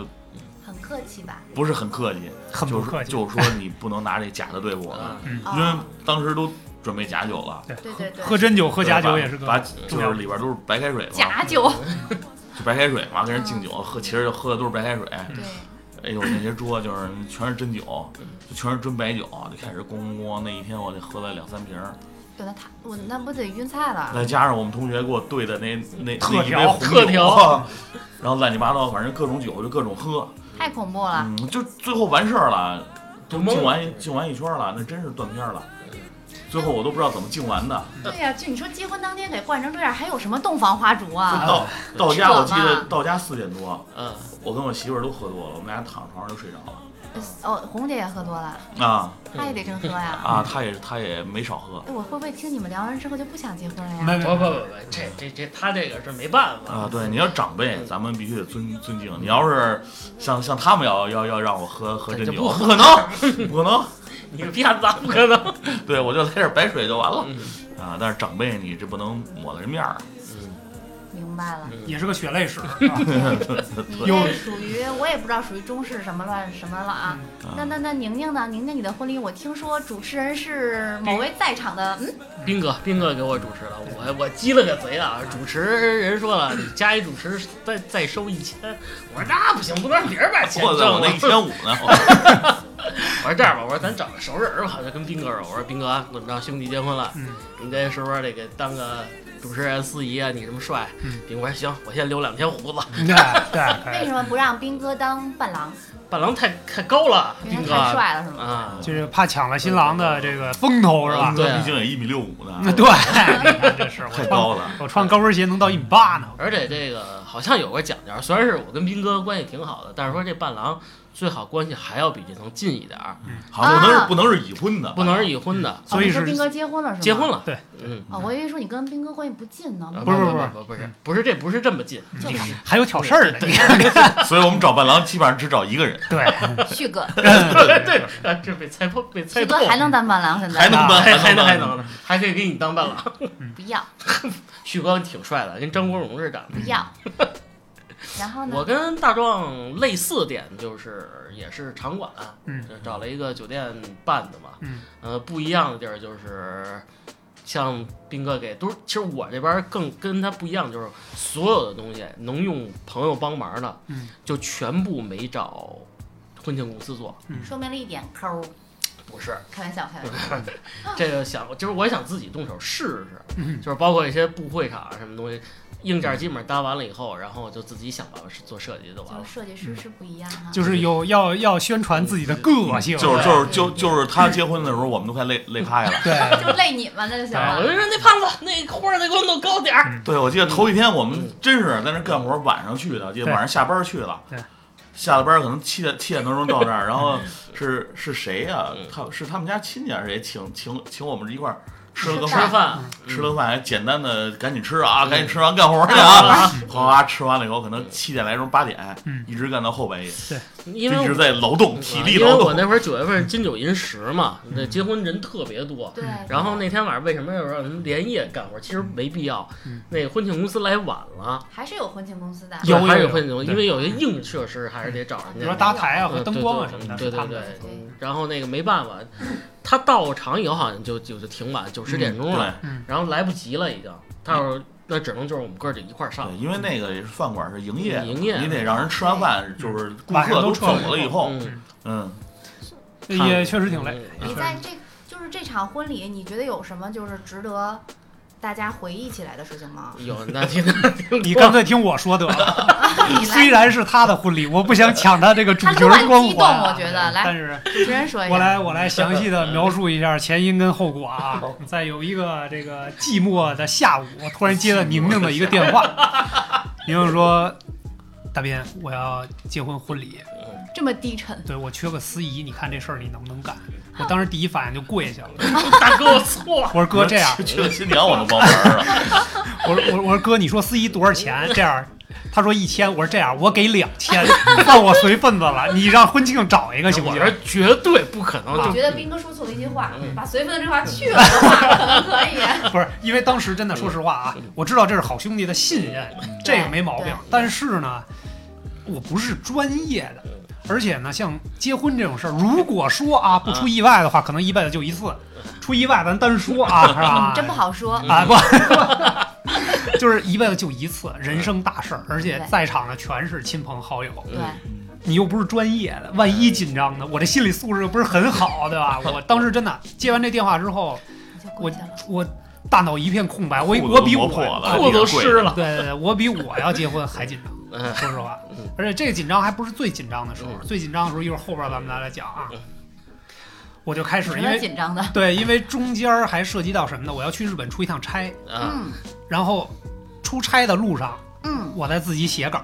很客气吧？
不是很客气，
很
就
不
是
客气
就说你不能拿这假的对付我
啊
们，
哦 [laughs]
因为当时都准备假酒了，
对对对，
喝真酒喝假酒也是
对
个
吧把就是里边都是白开水嘛，
假嗯酒，
就白开水嘛，跟人敬酒喝，其实就喝的都是白开水，
嗯
对，
哎呦那些桌就是全是真酒，就全是真白酒，就开始咣咣咣，那一天我得喝了两三瓶儿。
对，那他我那不得晕菜了？
再加上我们同学给我兑的那那
特
那一杯
调
红酒
特调，
然后乱七八糟，反正各种酒就各种喝，
太恐怖了！
嗯，就最后完事儿了，
就
都
懵
敬完敬完一圈了，那真是断片儿了。最后我都不知道怎么敬完的，
对呀，就你说结婚当天给灌成这样，还有什么洞房花烛啊？
到到家
扯嘛
我记得到家四点多，
嗯，
我跟我媳妇儿都喝多了，我们俩躺床上就睡着了。
哦，红姐也喝多了，
啊
她也得真喝呀。
啊，她也她也没少喝，
哎，我会不会听你们聊完之后就不想结婚了
没
呀？
没
不不不不，这这这他这个是没办法
啊，对，你要长辈，咱们必须得尊尊敬。你要是像像他们要要要让我喝喝真
这
酒，
不
不可能，不可能。
你个骗子，不可能。
对，我就来点白水就完了
嗯
啊！但是长辈你这不能抹了人面儿，
明白
[laughs]
了，
也是个血
[laughs]
泪史，是吧？
你这属于我也不知道属于中式什么乱什么了啊。
嗯
那那那宁宁呢？宁宁，你的婚礼我听说主持人是某位在场的，嗯，
斌哥，斌哥给我主持了，我我鸡了个贼啊！主持人说了，你加一主持再再收一千，我说那不行，不能让别人把钱
或
挣
者
了。
我那一千五呢，
[laughs] 我说这样吧，我说咱找个熟人儿吧，就跟斌哥说，我说斌哥怎么着，兄弟结婚了，
嗯
你这是不是得给当个主持人司仪啊？你这么帅，
嗯
斌哥说行，我先留两天胡子。哎
对对，
为什么不让斌哥当伴郎？
伴郎太太高了，
因为
斌
他
哥
嗯太帅了是吗？哦
啊，
就是怕抢了新郎的这个风头是吧？
对啊
毕竟也一米六五呢，
那 [laughs] 对，你看这是我
太
穿
高了。
我穿高跟鞋能到一米八呢。
而且这个好像有个讲究，虽然是我跟斌哥关系挺好的，但是说这伴郎最好关系还要比这层近一点儿，
好像不能
啊
是不能是已婚的，
不能是已婚的，
所以
哦你
是
说斌哥结婚了是吗？
结婚。了，
对，
嗯，啊
哦，我以为说你跟斌哥关系不近呢。
不是不是嗯
不不是不是这不是这么近，
就
你看还有挑事儿的，你看
所以我们找伴郎基本上只找一个人，
对，
[laughs]
旭哥，
[laughs] 对对，啊这被猜破被猜
旭
破
哥，还能当伴郎现在？
还能办，
还还能
能
还能，还可以给你当伴郎。 [laughs]
不要
旭哥挺帅的，跟张国荣似的。
不要。
[laughs]
然后
我
呢？
跟大壮类似点就是也是场馆，
嗯，
找了一个酒店办的嘛，
嗯，
呃，不一样的地儿就是，像斌哥给都是，其实我这边儿更跟他不一样，就是所有的东西能用朋友帮忙的，
嗯，
就全部没找婚庆公司做，
说明了一点抠，
不是，
开玩笑，开玩笑。
这个想就是我想自己动手试试，
嗯
就是包括一些布会场什么东西，硬件基本上搭完了以后，然后就自己想办法做设计就完
就
了
是。设计师是不一样啊哈。
就是有要要宣传自己的个性，
嗯就是就是就就是他结婚的时候，我们都快累累趴下了。
对，
就累你们那就行
啊我
了。
就说那胖子，那花儿再给我弄高点
嗯
儿。
对，我记得头一天我们真是在那干活，晚上去的，记得
对
晚上下班去了
对。
下了班可能七点七点多钟到这儿，然后是是谁呀、
嗯
他是他们家亲戚还是谁请请请我们一块儿吃了个
吃
饭
吃，饭，
吃了
嗯
饭还简单的赶紧吃啊，赶紧吃完干活去
嗯
啊， [laughs] 哗哗吃完了以后可能七点来钟八点
嗯，
一直干到后半夜，
因为
就一直
我嗯
在劳动，体力
因为
劳
我
动。
那会儿九月份金九银十嘛，
嗯
那结婚人特别多。
对。
然后那天晚上为什么要让他们连夜干活？其实没必要
嗯。
那个婚庆公司来晚了，
还是有婚庆公司的。
有
还是
有
婚庆公司，
对
因为有些硬设施还是得找人
比
家。
如说搭台啊和
嗯
灯光啊什么的，
对
是他
对
们
对
的。。嗯
对
然后那个没办法，他到场以后好像就就就挺晚，九十点钟了，
嗯
然后来不及了已经。到时候那只能就是我们哥儿几个一块儿
对
上
对，。因为那个也是饭馆是营业的，
营业
你得让人吃完饭，就是顾
晚上
客
嗯都
都
撤
走
了
了以后，
嗯，
嗯，
也确实挺累，
嗯
你在这就是这场婚礼，你觉得有什么就是值得大家回忆起来的事情吗？
有那挺挺
你干脆听我说得了。
你
虽
来，
然是他的婚礼，我不想抢他这个主角光
他突然激动
环啊，
我觉得来
但是
主持人说一
我
下。
来我来详细的描述一下前因跟后果啊。 [laughs] 在有一个这个寂寞的下午，我突然接到宁宁的一个电话，宁宁说：“大斌，我要结婚婚礼，
这么低沉，
对我缺个司仪，你看这事儿你能不能干？”我当时第一反应就跪下了，
大哥我错了， [laughs]
我说：“哥，这样，
去了新娘我能帮忙啊，
我说我说我说哥，你说司仪多少钱？这样，他说一千，我说这样，我给两千，算我随份子了。你让婚庆找一个行不
我
行？
是绝对不可能
我
就
觉得斌哥说错了一句话，把随份子这话去了，可能可
[laughs]
以。
不是，因为当时真的，说实话啊，我知道这是好兄弟的信任，这个没毛病
嗯对。
但是呢，我不是专业的，而且呢，像结婚这种事儿，如果说啊不出意外的话，可能一辈子就一次。出意外咱单说啊，是吧？
嗯真不好说。
啊，不， [laughs] 就是一辈子就一次，人生大事儿，而且在场的全是亲朋好友。
对，
你又不是专业的，万一紧张呢？我这心理素质又不是很好，对吧？我当时真的接完这电话之后，
你就
我
跪下了。
我大脑一片空白，我
裤子
我比
磨
我
破了
裤子都湿了。
[laughs] 对对对，我比我要结婚还紧张，
嗯
说实话
嗯，
而且这个紧张还不是最紧张的时候，
嗯
最紧张的时候一会儿后边咱们再来讲啊
嗯。
我就开
有
始，
什
因
么
为
紧张的？
对，因为中间儿还涉及到什么呢？我要去日本出一趟差，
啊，
嗯
然后出差的路上，
嗯，
我在自己写稿，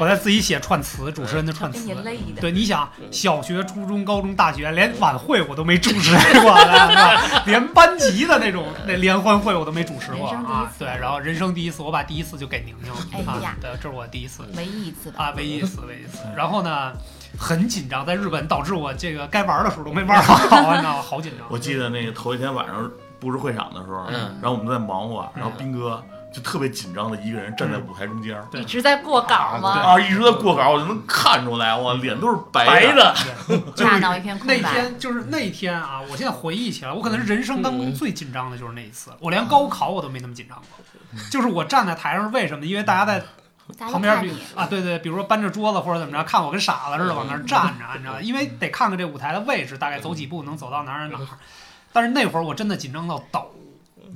我在自己写串词，主持人的
他
串
给
词
哎你。嗯累的。
对，你想，小学、初中、高中、大学，连晚会我都没主持过 [laughs] 了，是吧连班级的那种那联欢会我都没主持过
人生第一
啊。
次
对，然后人生第一次，我把第一次就给宁宁了。
哎呀嗯
啊，对，这是我第一次
唯一一次吧，
啊，唯一一
[laughs]
次，唯一一次。然后呢，很紧张，在日本导致我这个该玩的时候都没玩 [laughs] 好，你知道吗？好紧张。
[laughs] 我记得那个头一天晚上布置会场的时候，
嗯
然后我们在忙活，然后斌哥就特别紧张的一个人站在舞台中间。
嗯对
一直在过稿吗？
啊，一直在过稿，我就能看出来，哇，脸都是
白
的。
的，
大脑一片
啊那
空白。
天就是那天啊，我现在回忆起来，我可能是人生当
嗯
中最紧张的就是那一次，我连高考我都没那么紧张过。
嗯
就是我站在台上，为什么？因为大家在
大家
旁边
看
比
你，
啊，对对，比如说搬着桌子或者怎么着，看我跟傻子似的往那儿站着，你知道吧？
嗯
因为得看看这舞台的位置，大概走几步能走到哪儿哪儿。但是那会儿我真的紧张到抖，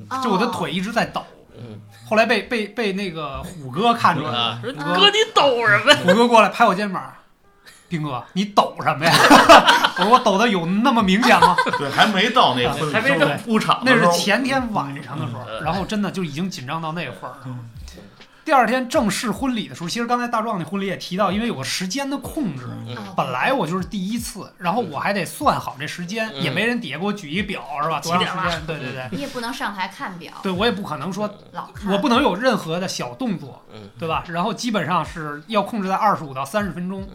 啊就我的
哦
腿一直在抖
嗯。
后来被被被那个虎哥看出来了，
嗯
[laughs]
啊，说哥你抖什么？
虎哥过来拍我肩膀，斌哥，你抖什么呀？ [laughs] 我说我抖的有那么明显吗？
对，还没到那婚礼，
还没
正铺场的
那
时候，
是前天晚上的时候，
嗯
然后真的就已经紧张到那会儿了。第二天正式婚礼的时候，其实刚才大壮那婚礼也提到，因为有个时间的控制，
嗯
啊
本来我就是第一次，然后我还得算好这时间，
嗯
也没人底下给我举一表是吧？
几
多长
点
时间？对嗯对对，
你也不能上台看表，
对我也不可能说，
老看。
我不能有任何的小动作
嗯，
对吧？然后基本上是要控制在二十五到三十分钟。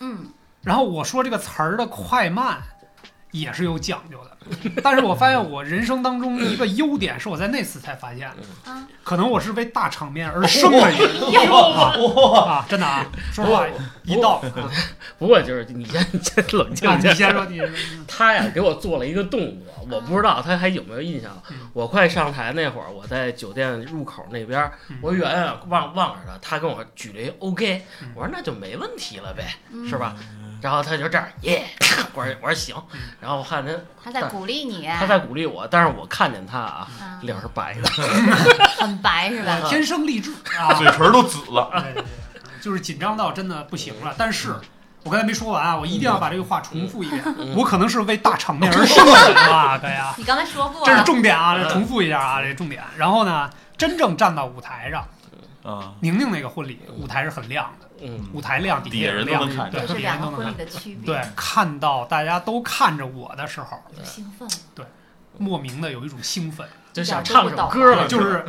嗯，
然后我说这个词儿的快慢也是有讲究 [laughs] 的，但是我发现我人生当中一个优点是我在那次才发现的
嗯，
可能我是为大场面而生的 [laughs] 人、啊，真的啊，说实话一到啊，
不过就是你先啊你先冷静一
你
下，
先 [laughs] 说，你先说，
他呀给我做了一个动作，我不知道他还有没有印象
嗯。
我快上台那会儿，我在酒店入口那边儿
嗯，
我远远望望着他，他跟我举了一 OK，
嗯
我说那就没问题了呗，
嗯
是？吧？然后他就这样耶，我说我说行，然后我看他
他在鼓励你，
他在鼓励我，但是我看见他啊
哎啊
脸是白的，
很白是吧？
天生丽质 [laughs] 啊，
嘴唇都紫了。
哎
对对对哎就是紧张到真的不行
嗯
了。但是我刚才没说完啊，我一定要把这个话重复一遍，
嗯
我可能是为大场面而生的人
[laughs]
啊，哥呀。
你刚才说过
这是重点啊，
嗯
这重复一下啊，这重点。然后呢，真正站到舞台上，
啊，
宁宁那个婚礼舞台是很亮的，
嗯，
舞台亮，底
底下
也
人都
亮，
能看
对
见
这是
底下
两
人
个
都能
婚礼
看。
的区别。
对，看到大家都看着我的时候，
我就兴奋了。
莫名的有一种兴奋，
就想唱首歌了，
嗯就是，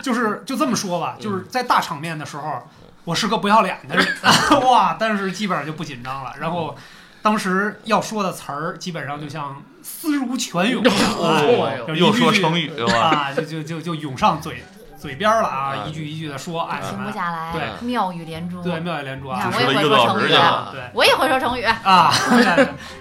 就是就这么说吧，就是在大场面的时候，我是个不要脸的人，哇！但是基本上就不紧张了。然后，当时要说的词儿，基本上就像丝如泉涌，
哎呦
就是一
啊又
句
说
句
成语了吧？
啊，就就就就涌上嘴嘴边儿了啊，
嗯
一句一句的说，哎，什
停
么
不下来，
对
妙语连珠。
对，妙语连珠
你
啊
看
就说了
我也会
一个
说
多小
成
时
语
去
啊
了。
对
我也会说成语，
啊，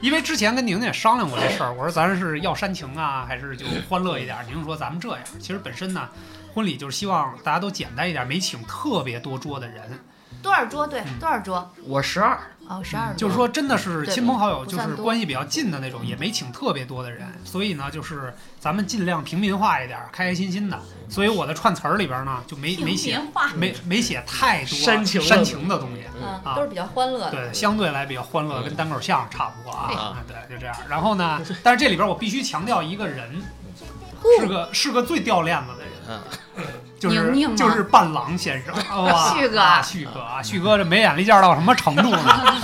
因为之前跟宁宁也商量过这事儿，我说咱是要煽情啊，还是就欢乐一点儿？宁宁说咱们这样，其实本身呢，婚礼就是希望大家都简单一点，没请特别多桌的人，
多少桌？对，
嗯
多少桌？
我十二，
哦，十二桌。
就是说真的是亲朋好友，
对
就
不算
是
多
关系比较近的那种，也没请特别多的人，所以呢，就是咱们尽量平民化一点儿，开开心心的。所以我的串词儿里边呢，就没
平
没写。
民化，
没没写太多
煽情的
煽情的东西，
嗯，
啊
都是比较欢乐的。
对，相对来比较欢乐，
嗯
跟单口相声差不多啊
啊。
对，就这样。然后呢，但是这里边我必须强调一个人，是个是个最掉链子的人，
嗯，
[laughs] 就
宁宁吗
是就是伴郎先
[laughs]
生，哇，
旭哥
啊旭哥
嗯
啊，旭哥这没眼力劲儿到什么程度呢？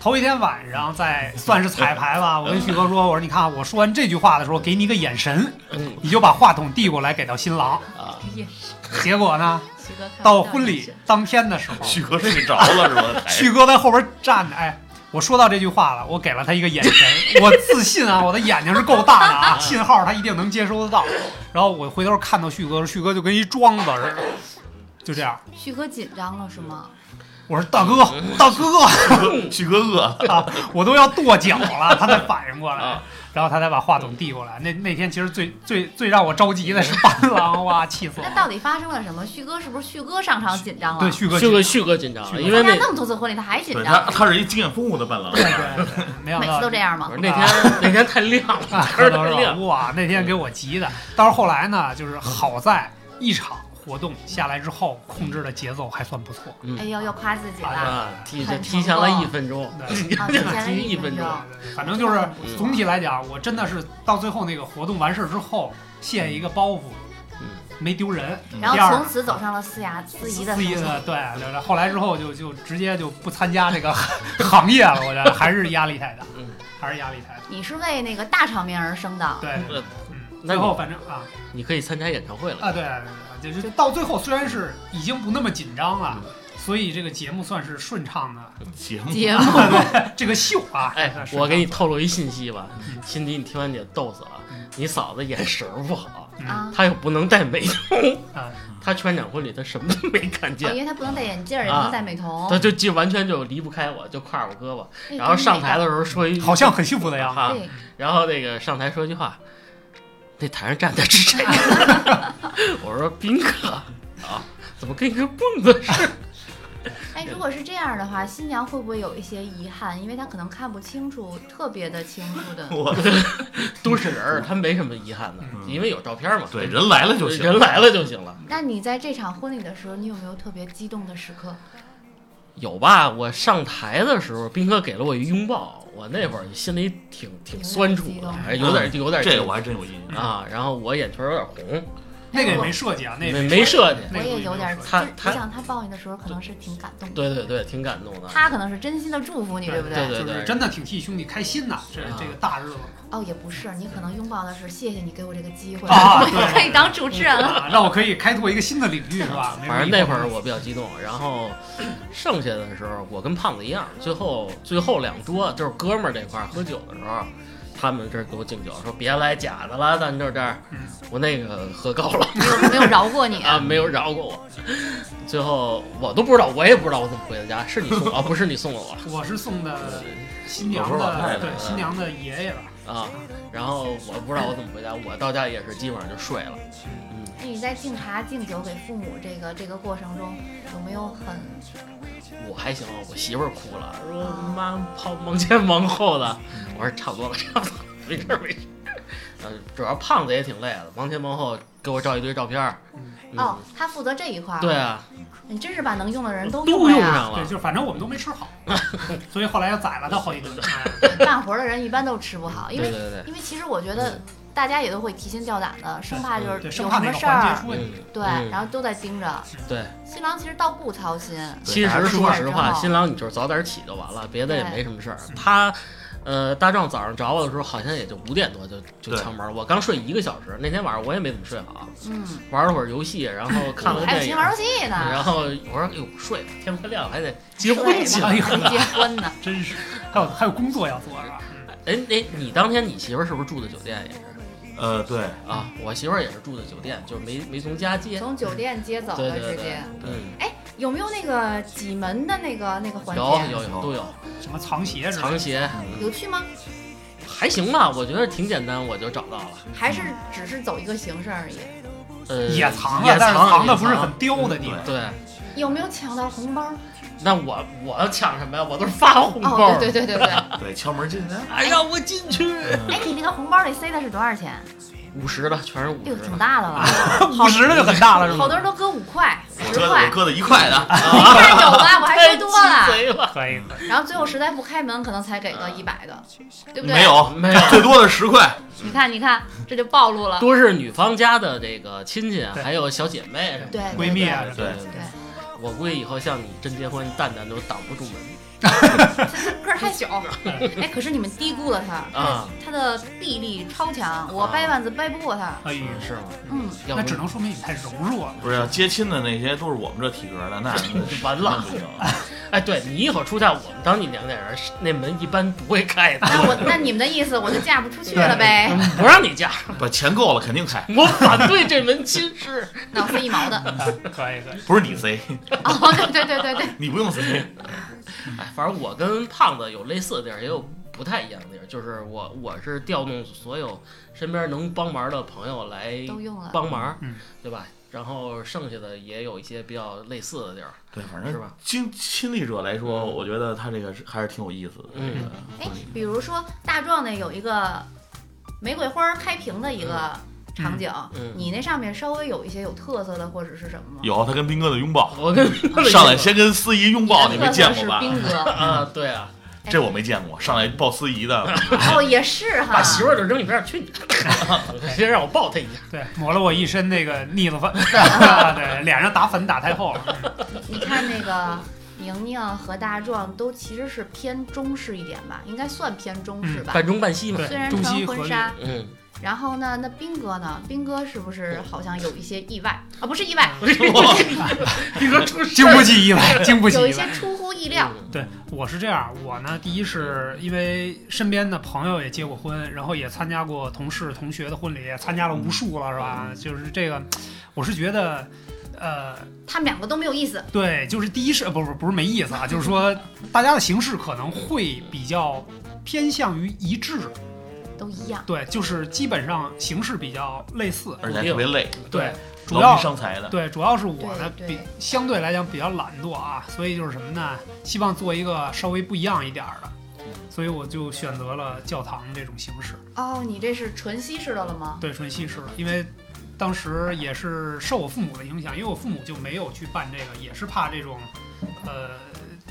头一天晚上在算是彩排吧，我跟旭哥说，我说你看，我说完这句话的时候，给你一个眼神，
嗯
你就把话筒递过来给到新郎。
啊，
也
结果呢，
哎徐哥看不
到婚礼
这是
当天的时候，
旭哥睡着了是吧？
[laughs] 旭哥在后边站着，哎，我说到这句话了，我给了他一个眼神，我自信啊，我的眼睛是够大的啊，信号他一定能接收得到。然后我回头看到旭哥，旭哥就跟一庄子似的，就这样。
旭哥紧张了是吗？
我说大哥，大哥
旭哥旭哥饿了，
啊，我都要跺脚了，他才反应过
啊
来，然后他才把话筒递过来。那那天其实最最最让我着急的是伴郎，哇，气死我
那
了。
[laughs] 到底发生了什么？旭哥是不是旭哥上场紧张了？
对，旭哥
旭
哥
哥，旭哥紧张了，因为
参加
那
那么多次婚礼，他还紧
对他
张，
他是一经验丰富的伴郎，
对对对，没想
每
到
次都这样吗？
那天 [laughs] 那天太亮了，
[laughs] 啊，
[laughs] 天
看
儿
到
太
是吧？
亮，
哇，那天给我急的。但是后来呢，就是好在一场活动下来之后，控制的节奏还算不错。
哎呦，又夸自己了。
嗯啊，提这提前了一分钟， [laughs]
对，
啊，提前了一分钟，
啊反正就是总体来讲，我真的是到最后那个活动完事儿之后，卸一个包袱
嗯，
没丢人。
嗯
然后
第二
从此走上了思雅司仪的
自己
生活
的对对对，后来之后就就直接就不参加这个 [laughs] 行业了，我觉得还是压力太大
嗯，
还是压力太大。
你是为那个大场面而生的，
对，对对嗯，
那
最
你
后反正
呃
啊，
你可以参加演唱会了。
啊，对对对，就是到最后虽然是已经不那么紧张了，
嗯
所以这个节目算是顺畅的。
[laughs]
节目
节目
这个秀啊，
哎，
是
我给你
吧
透露一信息吧
嗯，
辛迪，你听完姐逗死了
嗯。
啊你嫂子眼神不好，
嗯
啊，
她又不能戴美瞳，
啊，
她全场婚礼她什么都没看
哦，因
见，
为他不能戴眼镜儿，也不能戴美瞳
她，就就完全就离不开我，就挎我胳膊，
那
然后上台啊哎
了，
的时候说一句
好像很幸福的样子。
哈，
对，
然后那个上台说一句话，那台上站的是谁？ [laughs] 我说宾客啊，怎么跟一个蹦子似的？
哎，如果是这样的话，新娘会不会有一些遗憾？因为她可能看不清楚，特别的清楚的。 [laughs]
我
都是人儿，他没什么遗憾的，因为有照片嘛。
对人来了就行，
人来了就行了。
那你在这场婚礼的时候，你有没有特别激动的时刻？
有吧？我上台的时候，斌哥给了我一拥抱，我那会儿心里挺挺酸楚的，还有点有点
这个我还真有印象。
啊。然后我眼圈有点红，
那个也没设计啊，那
没
个也
没设计。
我
那个
也有点，
没
计
设计
就
他
是
他
你想他抱你的时候，可能是挺感动的，
对对对，挺感动的。
他可能是真心的祝福你，对不
对对
就是真的挺替兄弟开心的，这
啊
这个大日子
哦，也不是，你可能拥抱的是谢谢你给我这个机会，
啊
[laughs] 我也
对
可以当主持人了。
啊，让我可以开拓一个新的领域是吧？
嗯
没准
反正那会儿我比较激动，然后剩下的时候，我跟胖子一样，最后最后两桌就是哥们儿这块儿喝酒的时候，他们这儿给我敬酒，说别来假的了，咱这这儿
嗯，
我那个喝高了 [laughs]
[laughs] 没有没有饶过你，
啊，没有饶过我。最后我都不知道，我也不知道我怎么回的家，是你送啊，不是你送的我
我是送
嗯
的新娘
老头老太太
的，对新娘的爷爷吧，
啊，然后我不知道我怎么回家，我到家也是基本上就睡了，嗯，
你在敬茶敬酒给父母这个这个过程中，有没有很
我还行，我媳妇儿哭了，说妈跑忙前忙后的，我说差不多了，差不多了，没事儿没事儿。呃，主要胖子也挺累的，忙前忙后给我照一堆照片儿。嗯
哦，，他负责这一块儿，
对，啊，
你真是把能用的人
都
用
用
呀。
上
对，
了。
就是反正我们都没
[laughs]
吃好，所以后来又宰了他好几顿。哎
[laughs] 干活的人一般都吃不好，因
对
为
对对，
因为其实我觉得大家也都会提心吊胆的，生怕就是 [laughs]
对，
有
生
什
怕哪
么
个
事
环
儿
节，出问
嗯
题。，
对，
嗯
然后都在盯着。
对。
新郎其实倒不操心，
其
大
实说
家
吃
实
完
话，
之后
新郎你就是早点起就完了，别的也
对
没什么事儿。他，呃，大壮早上找我的时候，好像也就五点多就就
对
敲门了。我刚睡一个小时，那天晚上我也没怎么睡好，
嗯，
玩了会儿游戏，然后看了个
还有
电
琴
影，
玩游戏呢
然，后我说：“哎呦，睡吧，天快亮了，还得结
睡吧
婚去。”
哎呦
结婚呢，
真是，还有还有工作要做是吧？嗯
哎，那你当天你媳妇儿是不是住的酒店也是
呃，对，
啊？我媳妇儿也是住的酒店，就是没没从家接。
从酒店接走
对
的
对
直
对
接。，
嗯，
有没有那个挤门的那个那个环节？
有有有都有，
什么藏鞋是吧？
藏鞋
有去吗？
还行吧，我觉得挺简单，我就找到了。
还是只是走一个形式而已？
呃，
也藏
也
了，但是
藏
藏
也
的不是很刁的地方
对。
对。
有没有抢到红包？
那我我抢什么呀？我都是发红包。
哦，对对对对对。
[laughs] 对，敲门进来，
哎，让我进去。
哎，你那个红包里塞的是多少钱？
五十的全是五
哎呦，
十
挺
的，
大的了，
五十的就很大了是
好
吗？
多人都搁五块、
我
十
搁的
块哎
我，搁的一块的，
你看有吧？我还
太
说多了。
鸡贼了，
可以，
然后最后实在不开门，可能才给个一百的，对不对？
哦没，
没
有，
[laughs] 有。
最多的十块，
你看，你看，这就暴露了。
多是女方家的这个亲戚，啊
对
还有小姐妹什么的。
对，
[laughs]
对
闺蜜啊，
对
对，对
我估计以后像你真结婚，蛋蛋都挡不住门
个儿太小。哎，可是你们低估了他，
啊，
他的臂力超强，我
啊
掰腕子掰不过他。
哎呦，
是吗？
嗯，
要
那
不
只能说明你太柔弱了。
不是啊接亲的那些都是我们这体格的，那
完了
那不行。啊
哎，对你一会儿出嫁，我们当你娘家人，那门一般不会开的，
那我那你们的意思，我就嫁不出去了呗？ [laughs]
不让你嫁。
把钱够了肯定开，
我反对这门亲事。
脑子一毛的。
啊可以可以，
不是你贼，
[laughs] 哦，对对对对对，
你不用贼。
[laughs] 哎，反正我跟胖子有类似的地儿，也有不太一样的地儿。就是我我是调动所有身边能帮忙的朋友来
都用了。
帮忙
嗯，
对吧？然后剩下的也有一些比较类似的地儿，
对，反
是
正
吧？
亲亲历者来说，
嗯
我觉得他这个是还是挺有意思的。
嗯
哎，比如说大壮那有一个玫瑰花开屏的一个场景，
嗯嗯
你那上面稍微有一些有特色的或者是什么吗？
有啊他跟斌哥的拥抱，
我跟
上来先跟司仪拥抱，
你
你没
的特色
见
是
过吧？
[laughs]
兵哥，哎
啊，对啊，
这我没见过，上来抱司仪的，
哦，也是哈。
把媳妇儿就扔一边儿去你， [laughs] 先让我抱她一下。
对，抹了我一身那个腻子粉，对，脸上打粉打太厚了。
[laughs] 你看那个宁宁和大壮都其实是偏中式一点吧，应该算偏中式吧。
半中半西嘛，
对
虽然
中
穿
西合
婚
璧
纱，
嗯， [laughs]
然后呢，那兵哥呢？兵哥是不是好像有一些意外啊？不是意外，
你说出
经不起意外，经不起
有一
意
些
外。
出乎意料。
对，我是这样，我呢，第一是因为身边的朋友也结过婚，然后也参加过同事同学的婚礼，参加了无数了，是吧？就是这个，我是觉得，呃，
他们两个都没有意思，
对，就是第一是不不不是没意思啊，就是说大家的形式可能会比较偏向于一致，
都一样。
对，就是基本上形式比较类似，
而且还特别累，
[laughs] 对，主
劳
要
民伤财的。
对，主要是我呢
对
比
对
相对来讲比较懒惰啊，所以就是什么呢？希望做一个稍微不一样一点儿的，所以我就选择了教堂这种形式，
哦，你这是纯西式的了吗？
对，纯西式的，因为。当时也是受我父母的影响，因为我父母就没有去办这个，也是怕这种，呃，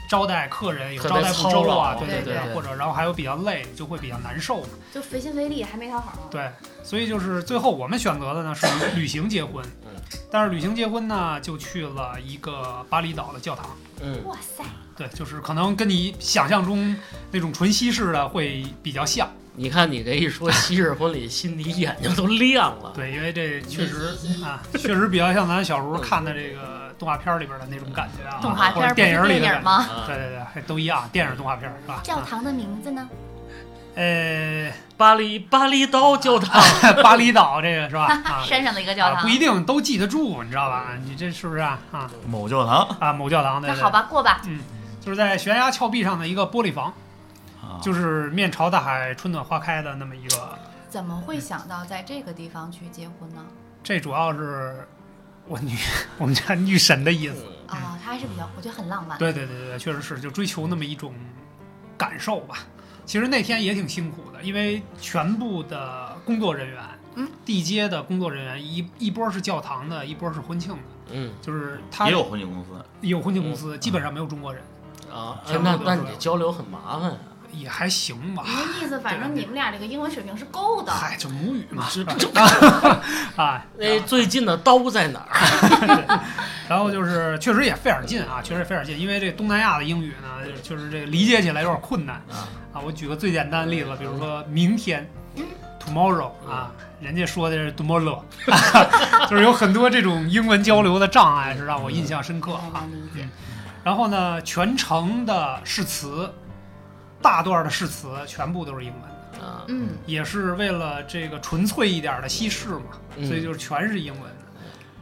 招待客人，有
特
招
别
待不
操
周
劳
啊，
对
对
对对
或者然后还有比较累，就会比较难受嘛。
就费心费力还没讨好。
对，所以就是最后我们选择的呢是旅 [coughs] 行结婚
嗯，
但是旅行结婚呢就去了一个巴厘岛的教堂。
嗯，
哇塞，
对，就是可能跟你想象中那种纯西式的会比较像。
你看你这一说西式婚礼，心里眼睛都亮了。
对，因为这确实啊，确实比较像咱小时候看的这个动画片里边的那种感觉啊，
动画片
或
儿
者
不是
电影里
电
的
影
感觉。
吗？
啊
对，对对，还都一样，电影动画片儿是吧？啊
教堂的名字呢？，
呃，
巴黎巴厘岛教堂，
巴厘岛这个是吧？啊
[laughs] 山上的一个教
啊
堂。
不一定都记得住，你知道吧？你这是不是啊？啊
某教堂
啊，某教堂对
那
对，
好吧，过吧。
就是在悬崖峭壁上的一个玻璃房，
啊，
就是面朝大海、春暖花开的那么一个。
怎么会想到在这个地方去结婚呢？
这主要是我女我们家女神的意思。
嗯
啊，他还是比较，我觉得很浪漫。
对对对对，确实是，就追求那么一种感受吧。其实那天也挺辛苦的，因为全部的工作人员，
嗯，
地接的工作人员一一波是教堂的，一波是婚庆的，
嗯
就是他
也有嗯婚庆公司，
有婚庆公司，基本上没有中国人，
啊，哎
全部
那
都
那
是
你交流很麻烦啊。
也还行吧。
您的意思，反正你们俩这个英文水平是够的。
嗨，就母语嘛，
是
[laughs] 吧？啊，
那最近的刀在哪儿？
然后就是确实也费点劲啊，确实也费点劲，因为这东南亚的英语呢，就是这个理解起来有点困难
啊
啊。我举个最简单的例子，比如说明天
嗯
，tomorrow 啊，人家说的是 tomorrow，就是有很多这种英文交流的障碍是让我印象深刻
很
啊。
难理解
嗯。然后呢，全程的誓词，大段的誓词全部都是英文，
啊，
嗯，
也是为了这个纯粹一点的西式嘛，
嗯
所以就是全是英文。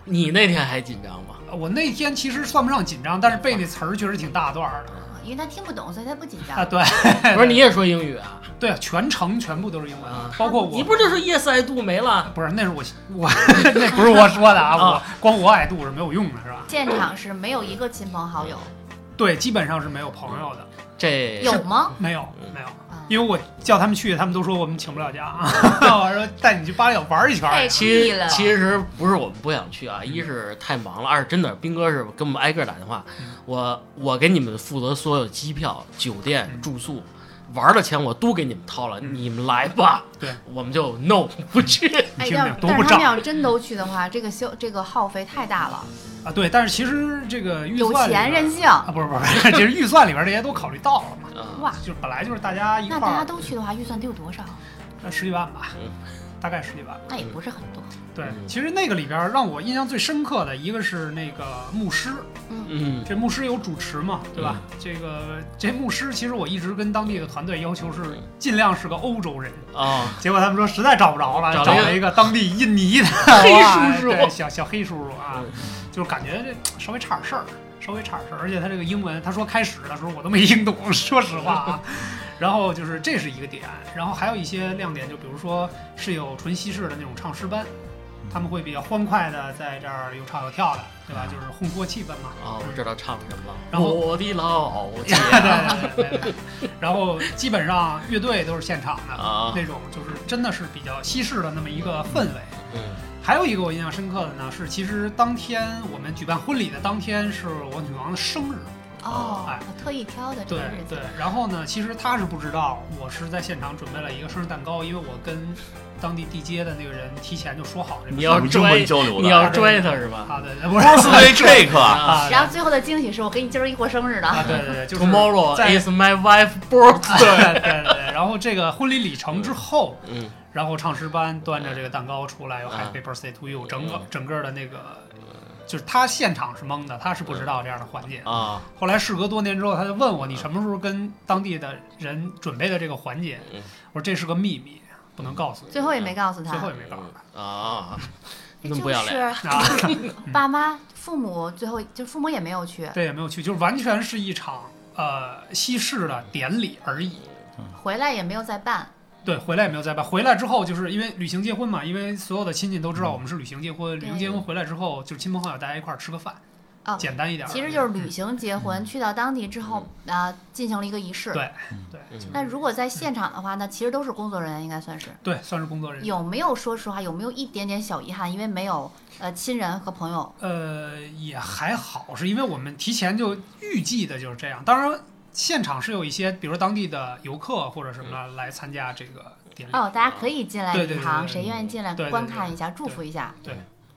你那天还紧张 [laughs] 吗？
我那天其实算不上紧张，但是背那词儿确实挺大段儿的
啊因为他听不懂，所以他不紧
啊。
张。
对，
不是，你也说英语啊？
对，全程全部都是英文
啊，
包括
你
我。
不就说 Yes I do 没了？
不是，那是我我那不是我说的啊，我
啊
光我矮度是没有用的，是吧？
现场是没有一个亲朋好友，
对，基本上是没有朋友的，
这
有吗？
没有没有，
啊，
因为我叫他们去，他们都说我们请不了假啊。我说带你去巴厘岛玩一圈儿
太
呀，
其
腻
实
了。
其实不是我们不想去啊，一是太忙了，二是真的斌哥是跟我们挨个打电话
嗯，
我我给你们负责所有机票、酒店、
嗯
住宿。玩的钱我都给你们掏了，
嗯
你们来吧。
[laughs] 对，
我们就 no 不去。
你
哎，
听
要
听多
但
不
是他
仗
们要真都去的话，这个消这个耗费太大了，
啊！对，但是其实这个预
有
算里
钱
边
任性。
啊，不是不是， [laughs] 其实预算里边这些都考虑到了嘛，
啊，
哇，
就是本来就是大家一块
那
儿，
大家都去的话，预算得有多少？
呃十几万吧
嗯，
大概十几万。
那也不是很多。
对，
嗯
其实那个里边儿让我印象最深刻的一个是那个牧师，
嗯，
这牧师有主持嘛，对吧？这个这牧师其实我一直跟当地的团队要求是尽量是个欧洲人，
啊，
结果他们说实在找不着了，
找
找
了一个
了一个当地印尼的
[laughs] 黑
哇
叔叔
对小小黑叔叔啊
嗯，
就是感觉这稍微差点事儿，稍微差点事儿，而且他这个英文，他说开始的时候我都没听懂， [laughs] 说实
[laughs]
话啊。然后就是这是一个点，然后还有一些亮点，就比如说是有纯西式的那种唱诗班，他们会比较欢快的在这儿有唱有跳的，对吧？就是烘托气氛嘛。
啊哦，我知道唱什么了。
然后
我的老
[laughs] 对
家
对对对对，然后基本上乐队都是现场的
啊，
那种，就是真的是比较西式的那么一个氛围。
嗯
还有一个我印象深刻的呢，是其实当天我们举办婚礼的当天是我女王的生日，
哦
哎，
我特意挑的这
对
个日子
对。。然后呢，其实她是不知道我是在现场准备了一个生日蛋糕，因为我跟当地地接的那个人提前就说好这个事儿。
你要
有中文交流
你
的
要追他是吧？
啊对对，不是
Cosplay Jake 啊
啊，
[laughs] 然后最后的惊喜是我给你今儿一过生日
啊
的，
对对对，就是
Tomorrow
在
is my wife birthday。
对对对，然后这个婚礼礼成之后，
嗯，
然后唱诗班端着这个蛋糕出来，
啊
有 Happy Birthday to
哎
you，整个
嗯
整个的那个，就是他现场是懵的，他是不知道这样的环
嗯
节。
啊，
后来事隔多年之后，他就问我你什么时候跟当地的人准备的这个环节
嗯？
我说这是个秘密，不能告诉你。
[laughs] 最后也没告诉他。
最后也没告诉 [laughs]
啊，
哎
那么不要脸
就是
他啊， [laughs]
爸妈、父母，最后就父母也没有去，
对，也没有去，就是完全是一场呃西式的典礼而已。
回来也没有再办。
对，回来也没有再办。回来之后，就是因为旅行结
嗯
婚嘛，因为所有的亲戚都知道我们是旅行结婚。旅行结婚回来之后，就是亲朋好友大家一块儿吃个饭，嗯
啊
简单一点儿。
其实就是旅行结婚，去到当地之后啊，进行了一个仪式。
嗯对对
嗯
那如果在现场的话，那其实都是工作人员，应该算是。
对，算是工作人员。
有没有说实话，有没有一点点小遗憾，因为没有呃亲人和朋友？
呃，也还好，是因为我们提前就预计的就是这样。当然，现场是有一些，比如当地的游客或者什么
嗯
来参加这个典礼，
哦，大家可以进来
对对
礼
对
堂，
对
谁愿意进来
对对
观
对
看一下，祝福一下。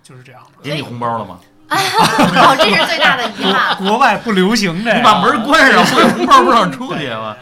就是这样的。
给你红包了吗？
[laughs] 哦，这是最大的遗
[laughs]
憾。
国外不流行这
哎
你把
个，
门关
[laughs]
上，我红包不让出去啊吧？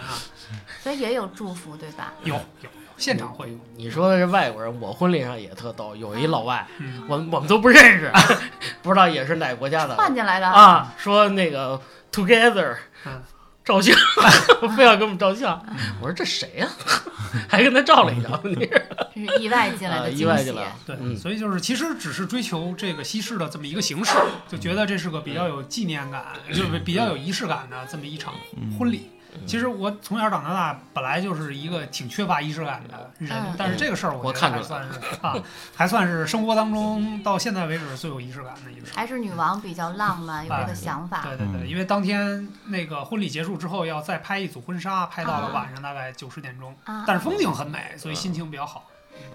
所以也有祝福，对吧？
啊有有现场会有。
你说的是外国人，我婚礼上也特逗，有一老外，
嗯
我们我们都不认识， [laughs] 不知道也是哪国家
呃
的
换进来的，
啊，说那个 together
嗯
照相， [laughs] 非要给我们照相，我说这谁呀、 [laughs] 还跟他照了一张，你是
这是意外嗯进来
啊
呃
的惊喜。
意外进来了，
对，
嗯
所以就是其实只是追求这个西式的这么一个形式，就觉得这是个比较有纪念感，
嗯
就是比较有仪式感的这么一场婚礼。
嗯
其实我从小长到大，本来就是一个挺缺乏仪式感的人，
嗯
但是这个事儿
哎我
觉得
看出来
还算是啊，还算是生活当中到现在为止最有仪式感的一
[laughs]
个事儿。
还是女王比较浪漫，有这个想法。
啊对对对，
嗯
因为当天那个婚礼结束之后要再拍一组婚纱，拍到了晚上大概九十点钟，
啊，
但是风景很美，所以心情比较好。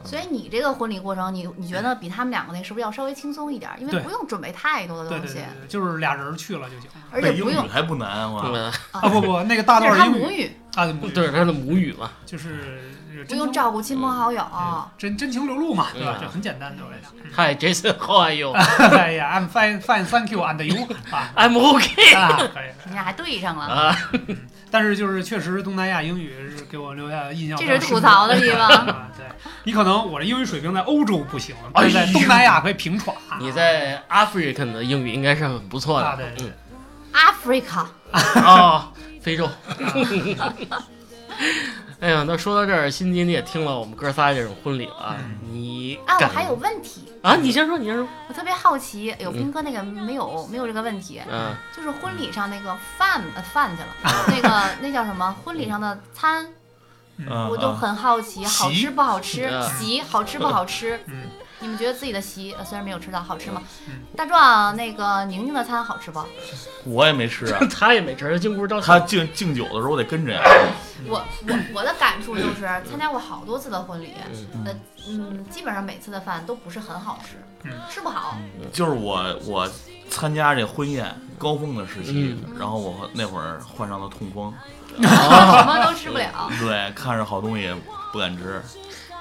所以你这个婚礼过程，你你觉得比他们两个那是不是要稍微轻松一点？因为
对
不用准备太多的
对
东
对对
西，
对，就是俩人去了就行
而
背
且
英
不用
语还不难哇！
嗯，
啊
啊！不不，那个大
这
段
啊是他
儿英
母
语
语，
啊，对母语
对着他的母语嘛，
就是
不用照顾亲朋好友。
啊，真真情流露嘛，对吧？
嗯
这很简单，对不对？
嗨，Jason，how are you？I'm
[laughs]
哎呀，I'm fine, fine, thank you, and you 啊
OK
啊，可以。
你俩还对上了，
啊，
[laughs] 但是就是确实东南亚英语是给我留下印象比
这
较深刻，
是吐槽的地方。
啊。 [laughs] 对，你可能我的英语水平在欧洲不行，
哎
但
呦
是在东南亚可以平喘。
啊你在 African 的英语应该是很不错
啊
的
对，对
嗯，
Africa，
[laughs]
啊
哦，非洲。 [laughs] 哎呀，那说到这儿，欣姐你也听了我们哥仨这种婚礼了，你
啊，我
感
还有问题，
啊？你先说，你先说。
我特别好奇，
嗯
有斌哥那个没有没有这个问题，
嗯， [laughs]
就是婚礼上那个饭呃饭去了，那个那叫什么？婚礼上的餐，
嗯
我都很好奇，
席
好吃不好吃？
嗯
席好吃不好吃？
嗯，
你们觉得自己的席呃虽然没有吃到好吃吗
嗯？
大壮那个宁宁的餐好吃不？
我也没吃
[laughs]
啊，
他也没吃，金箍招
他敬敬酒的时候我得跟着呀。
我我我的感触就是参加过好多次的婚礼，
嗯
呃嗯，基本上每次的饭都不是很好吃，
嗯
吃不好。
就是我我参加这婚宴高峰的时期，
嗯
然后我那会儿患上了痛风， [laughs]
什么都吃不了。
对，看着好东西不敢吃。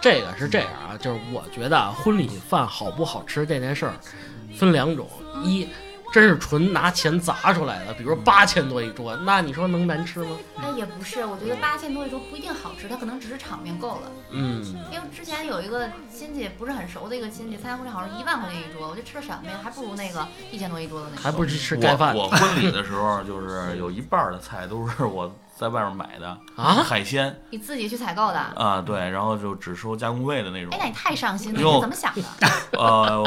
这个是这样啊，就是我觉得啊，婚礼饭好不好吃这件事儿，分两种，一。真是纯拿钱砸出来的，比如八千多一桌，那你说能难吃吗？
哎，也不是，我觉得八千多一桌不一定好吃，它可能只是场面够了。
嗯，
因为之前有一个亲戚不是很熟的一个亲戚，参加婚礼好像是一万块钱一桌，我就吃了什么呀，还不如那个一千多一桌的那个。
还不是吃盖饭
我我婚礼的时候，就是有一半儿的菜都是我在外面买的
啊？
海鲜
你自己去采购的？
啊，对，然后就只收加工费的那种
哎，。那你太上心了，
哟
你怎么想的？
呃，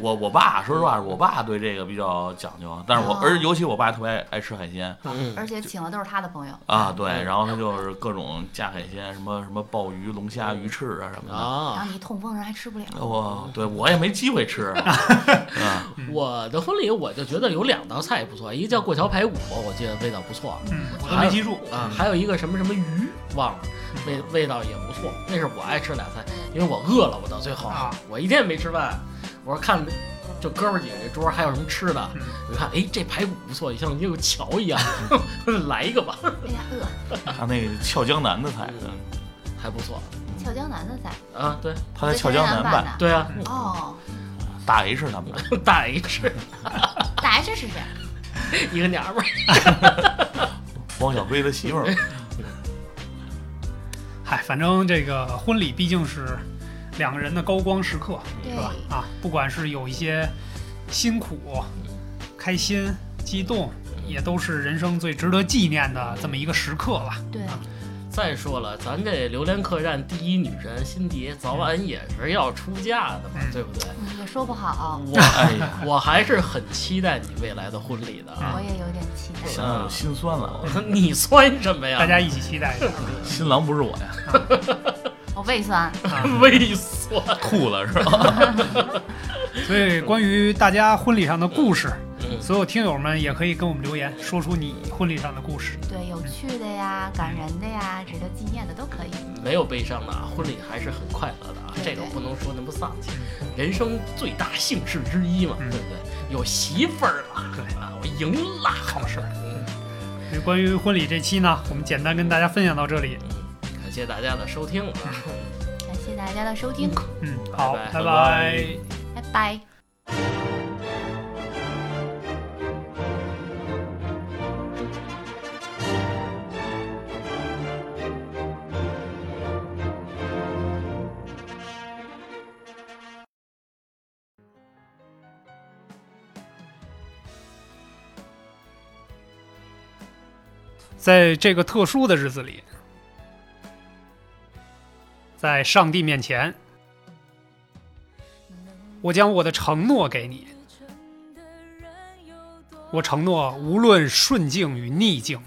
我我爸说实话，我爸对这个比较讲究，但是我
哦
而尤其我爸特别爱爱吃海鲜
嗯，
而且请的都是他的朋友
啊，对，
嗯
然后他就是各种加海鲜，什么什么鲍鱼、龙虾、鱼翅啊什么的。
然
啊，
后你一痛风人还吃不了。
我对我也没机会吃， [laughs] 啊，
嗯
我的婚礼我就觉得有两道菜不错，一个叫过桥排骨，我记得味道不错
嗯，我都没记住
啊，还有一个什么什么鱼忘了，
嗯
味味道也不错。那是我爱吃的菜，因为我饿了，我到最后
啊
我一天也没吃饭，我说看。就哥们儿几个这桌还有什么吃的
嗯？
我看，哎，这排骨不错，像一个桥一样， [laughs] 来一个吧，
哎呀，饿，
他那个俏江南的菜，
嗯还不错
俏江南的菜，
啊。对，
他在呃俏江南
办
办，
的。
对啊， [laughs]
哦，
大 H 他们办，
大 H
大 H 是谁？
一个娘们儿，
汪小菲的媳妇 [laughs] 儿，
嗨，反正这个婚礼毕竟是两个人的高光时刻，
对
是吧？啊，不管是有一些辛苦、开心、激动，也都是人生最值得纪念的这么一个时刻吧。
对，
再说了，咱这榴莲客栈第一女神辛迪，早晚也是要出嫁的嘛，
嗯
对不对？
嗯也说不好，
我
哎呀，
我还是很期待你未来的婚礼的
嗯
啊！
我也有点期待。
想想就心酸了，
你酸什么呀？
嗯
[laughs]
大家一起期待一下吧。
新郎不是我呀，
我胃酸，
啊
胃酸。
吐了是吧？
嗯
所以，关于大家婚礼上的故事，所有听友们也可以跟我们留言，说出你婚礼上的故事。
对，有趣的呀，感人的呀，值得纪念的都可以。
没有悲伤的啊，婚礼还是很快乐的啊，
对
这个不能说那么丧气，人生最大幸事之一嘛，
嗯
对不对？有媳妇儿了，
对嗯
啊，我赢了，好事儿。
那关于婚礼这期呢，我们简单跟大家分享到这里。
嗯感谢大家的收听啊，
感谢大家的收听，
嗯，好，
拜拜
拜
拜
拜
拜
拜拜。
在这个特殊的日子里，在上帝面前，我将我的承诺给你。我承诺，无论顺境与逆境，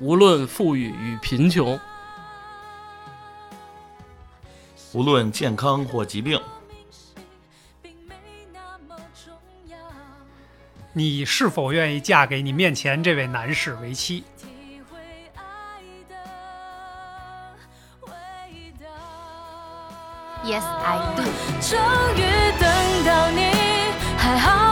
无论富裕与贫穷，
无论健康或疾病，
你是否愿意嫁给你面前这位男士为妻？
Yes, I do.
终于等到你，还好